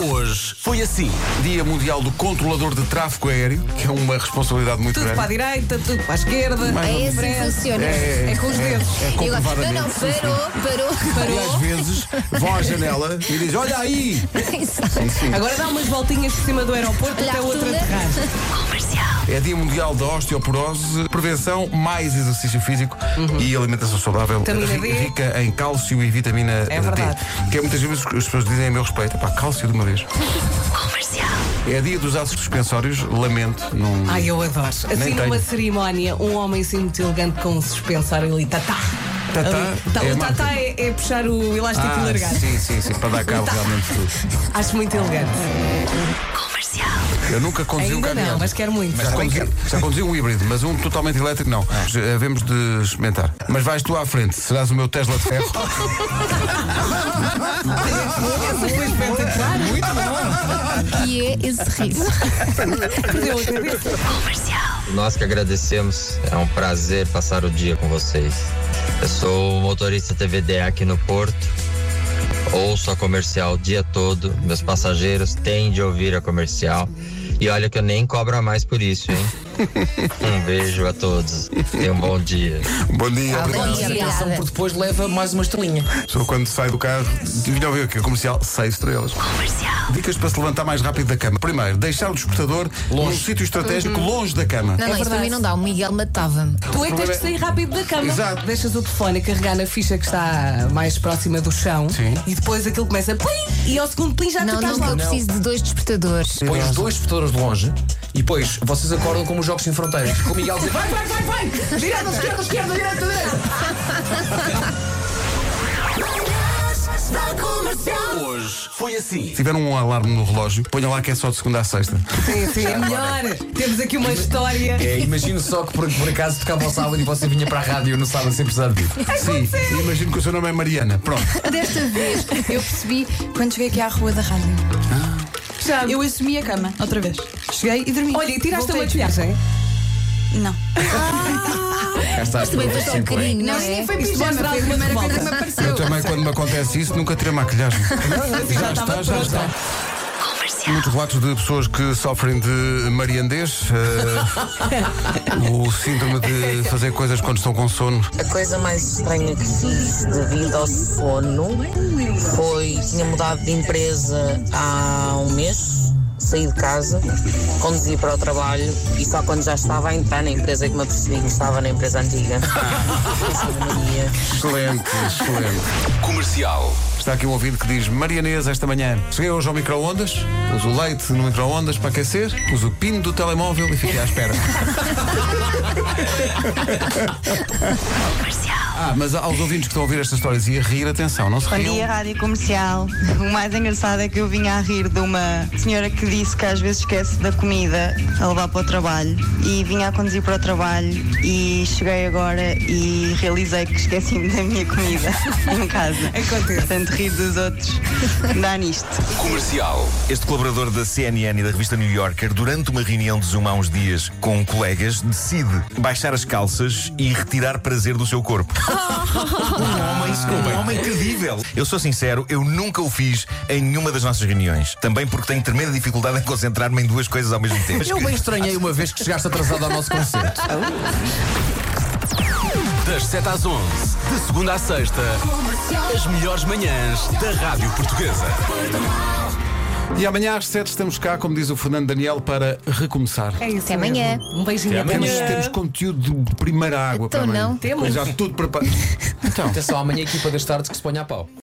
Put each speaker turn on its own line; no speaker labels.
Hoje foi assim. Dia Mundial do Controlador de Tráfego Aéreo, que é uma responsabilidade muito
Tudo
grande.
para a direita, tudo para a esquerda.
Mais
É
ou
assim que
menos.
funciona.
É, com os
É,
dedos.
E agora,
comprovadamente.
não, não,
Sim, sim.
parou, parou,
E às
parou.
vezes vão à janela e dizem, olha aí! Sim, sim.
Agora dá umas voltinhas por cima do aeroporto
Olha,
até o outro
tudo.
aterrar.
É Dia Mundial da Osteoporose, prevenção, mais exercício físico e alimentação saudável,
Uhum. Vitamina
ri-
D.
rica em cálcio e vitamina D.
É verdade.
Que é muitas vezes que as pessoas dizem a meu respeito, pá, cálcio de uma vez. É dia dos atos suspensórios, lamento, não.
Ai, eu adoro. Assim,
tenho.
numa cerimónia, um homem assim muito elegante com um suspensório ali, tatá.
Tatá
Ali, tá-
é
o
marca.
tatá é, é puxar o elástico e
Ah,
largar. Tá.
sim, sim, sim, para dar cabo realmente tudo.
Acho muito elegante.
Eu nunca conduzi um
Ainda
caminhão.
não, mas quero muito.
Já conduzi, já conduzi um híbrido, mas um totalmente elétrico não. Já Havemos de experimentar. Mas vais tu à frente, serás o meu Tesla de ferro.
Essa foi espetacular.
E é esse riso.
Perdeu a cabeça.
Nós que agradecemos. É um prazer passar o dia com vocês. Eu sou motorista TVDA aqui no Porto. Ouço a comercial o dia todo. Meus passageiros têm de ouvir a comercial. E olha que eu nem cobro a mais por isso, hein? Um beijo a todos. Tenham um bom dia.
Bom dia, obrigado.
Bom dia.
Atenção, porque depois leva mais uma estrelinha.
Só quando sai do carro, deviam ver aqui, o comercial, 6 estrelas. Dicas para se levantar mais rápido da cama. Primeiro, deixar o despertador num sítio estratégico,
Uhum.
longe da cama.
É
Não, não, isso para mim não dá. O Miguel matava-me.
Tu é que tens
problema
de sair rápido da cama.
Exato.
Deixas o telefone a carregar na ficha que está mais próxima do chão
Sim.
e depois aquilo começa a plim e ao segundo plim já tu
Não,
estás
não,
lá.
eu preciso de dois despertadores.
Põe os dois despertadores de longe e depois vocês acordam como os Jogos Sem Fronteiras. Com o Miguel dizer, vai, vai, vai, vai! Direita, esquerda, esquerda, direita, direita!
Se tiver um alarme no relógio, ponha lá que é só de segunda à sexta.
Sim, sim, é melhor. Temos aqui uma história.
É, imagino só que por, por acaso tocava ao sábado e você vinha para a rádio no sábado sem precisar de vir.
Sim, imagino que o seu nome é Mariana. Pronto.
Desta vez eu percebi quando cheguei aqui à rua da rádio.
Já.
Eu assumi a cama, outra vez. Cheguei e dormi.
Olha, e tiraste a
Voltei.
maquilhagem?
Não.
Cá está é assim as
Também foi um tão carinho, não é?
foi
Isto mostra
foi a
alguma
primeira coisa
revolta.
que me apareceu.
Eu também, quando me acontece isso, nunca tirei maquilhagem. já está, já está. Muitos relatos de pessoas que sofrem de mariandez, eh, o síndrome de fazer coisas quando estão com sono.
A coisa mais estranha que fiz devido ao sono foi tinha mudado de empresa há um mês, saí de casa, conduzi para o trabalho e só quando já estava a entrar na empresa é que me apercebi que estava na empresa antiga. Ave Maria.
Excelente, excelente.
Comercial.
Está aqui um ouvido que diz Marianês esta manhã. Cheguei hoje ao micro-ondas, uso o leite no micro-ondas para aquecer, uso o pino do telemóvel e fiquei à espera. ah, mas aos ouvintes que estão a ouvir estas histórias e a rir, atenção, não se
Bom
riam.
dia, Rádio Comercial. O mais engraçado é que eu vinha a rir de uma senhora que disse que às vezes esquece da comida a levar para o trabalho e vinha a conduzir para o trabalho e cheguei agora e realizei que esqueci-me da minha comida em casa.
Acontece.
Portanto, rir dos outros dá nisto.
Comercial.
Este colaborador da CNN e da revista New Yorker, durante uma reunião de Zoom há uns dias com colegas, decide baixar as calças e retirar prazer do seu corpo. um, homem, um homem credível. Eu sou sincero, eu nunca o fiz em nenhuma das nossas reuniões. Também porque tenho tremenda dificuldade em concentrar-me em duas coisas ao mesmo tempo.
Eu bem estranhei uma vez que chegaste atrasado ao nosso concerto.
Das 7 às 11, de segunda à sexta, as melhores manhãs da Rádio Portuguesa.
E amanhã às 7 estamos cá, como diz o Fernando Daniel, para recomeçar.
É isso
Até
mesmo.
amanhã.
Um beijinho até
Temos,
amanhã.
temos conteúdo de primeira água
Então
para amanhã.
não.
Temos.
Já tudo preparado. Então.
Atenção, amanhã a equipa das tardes que se põe a pau.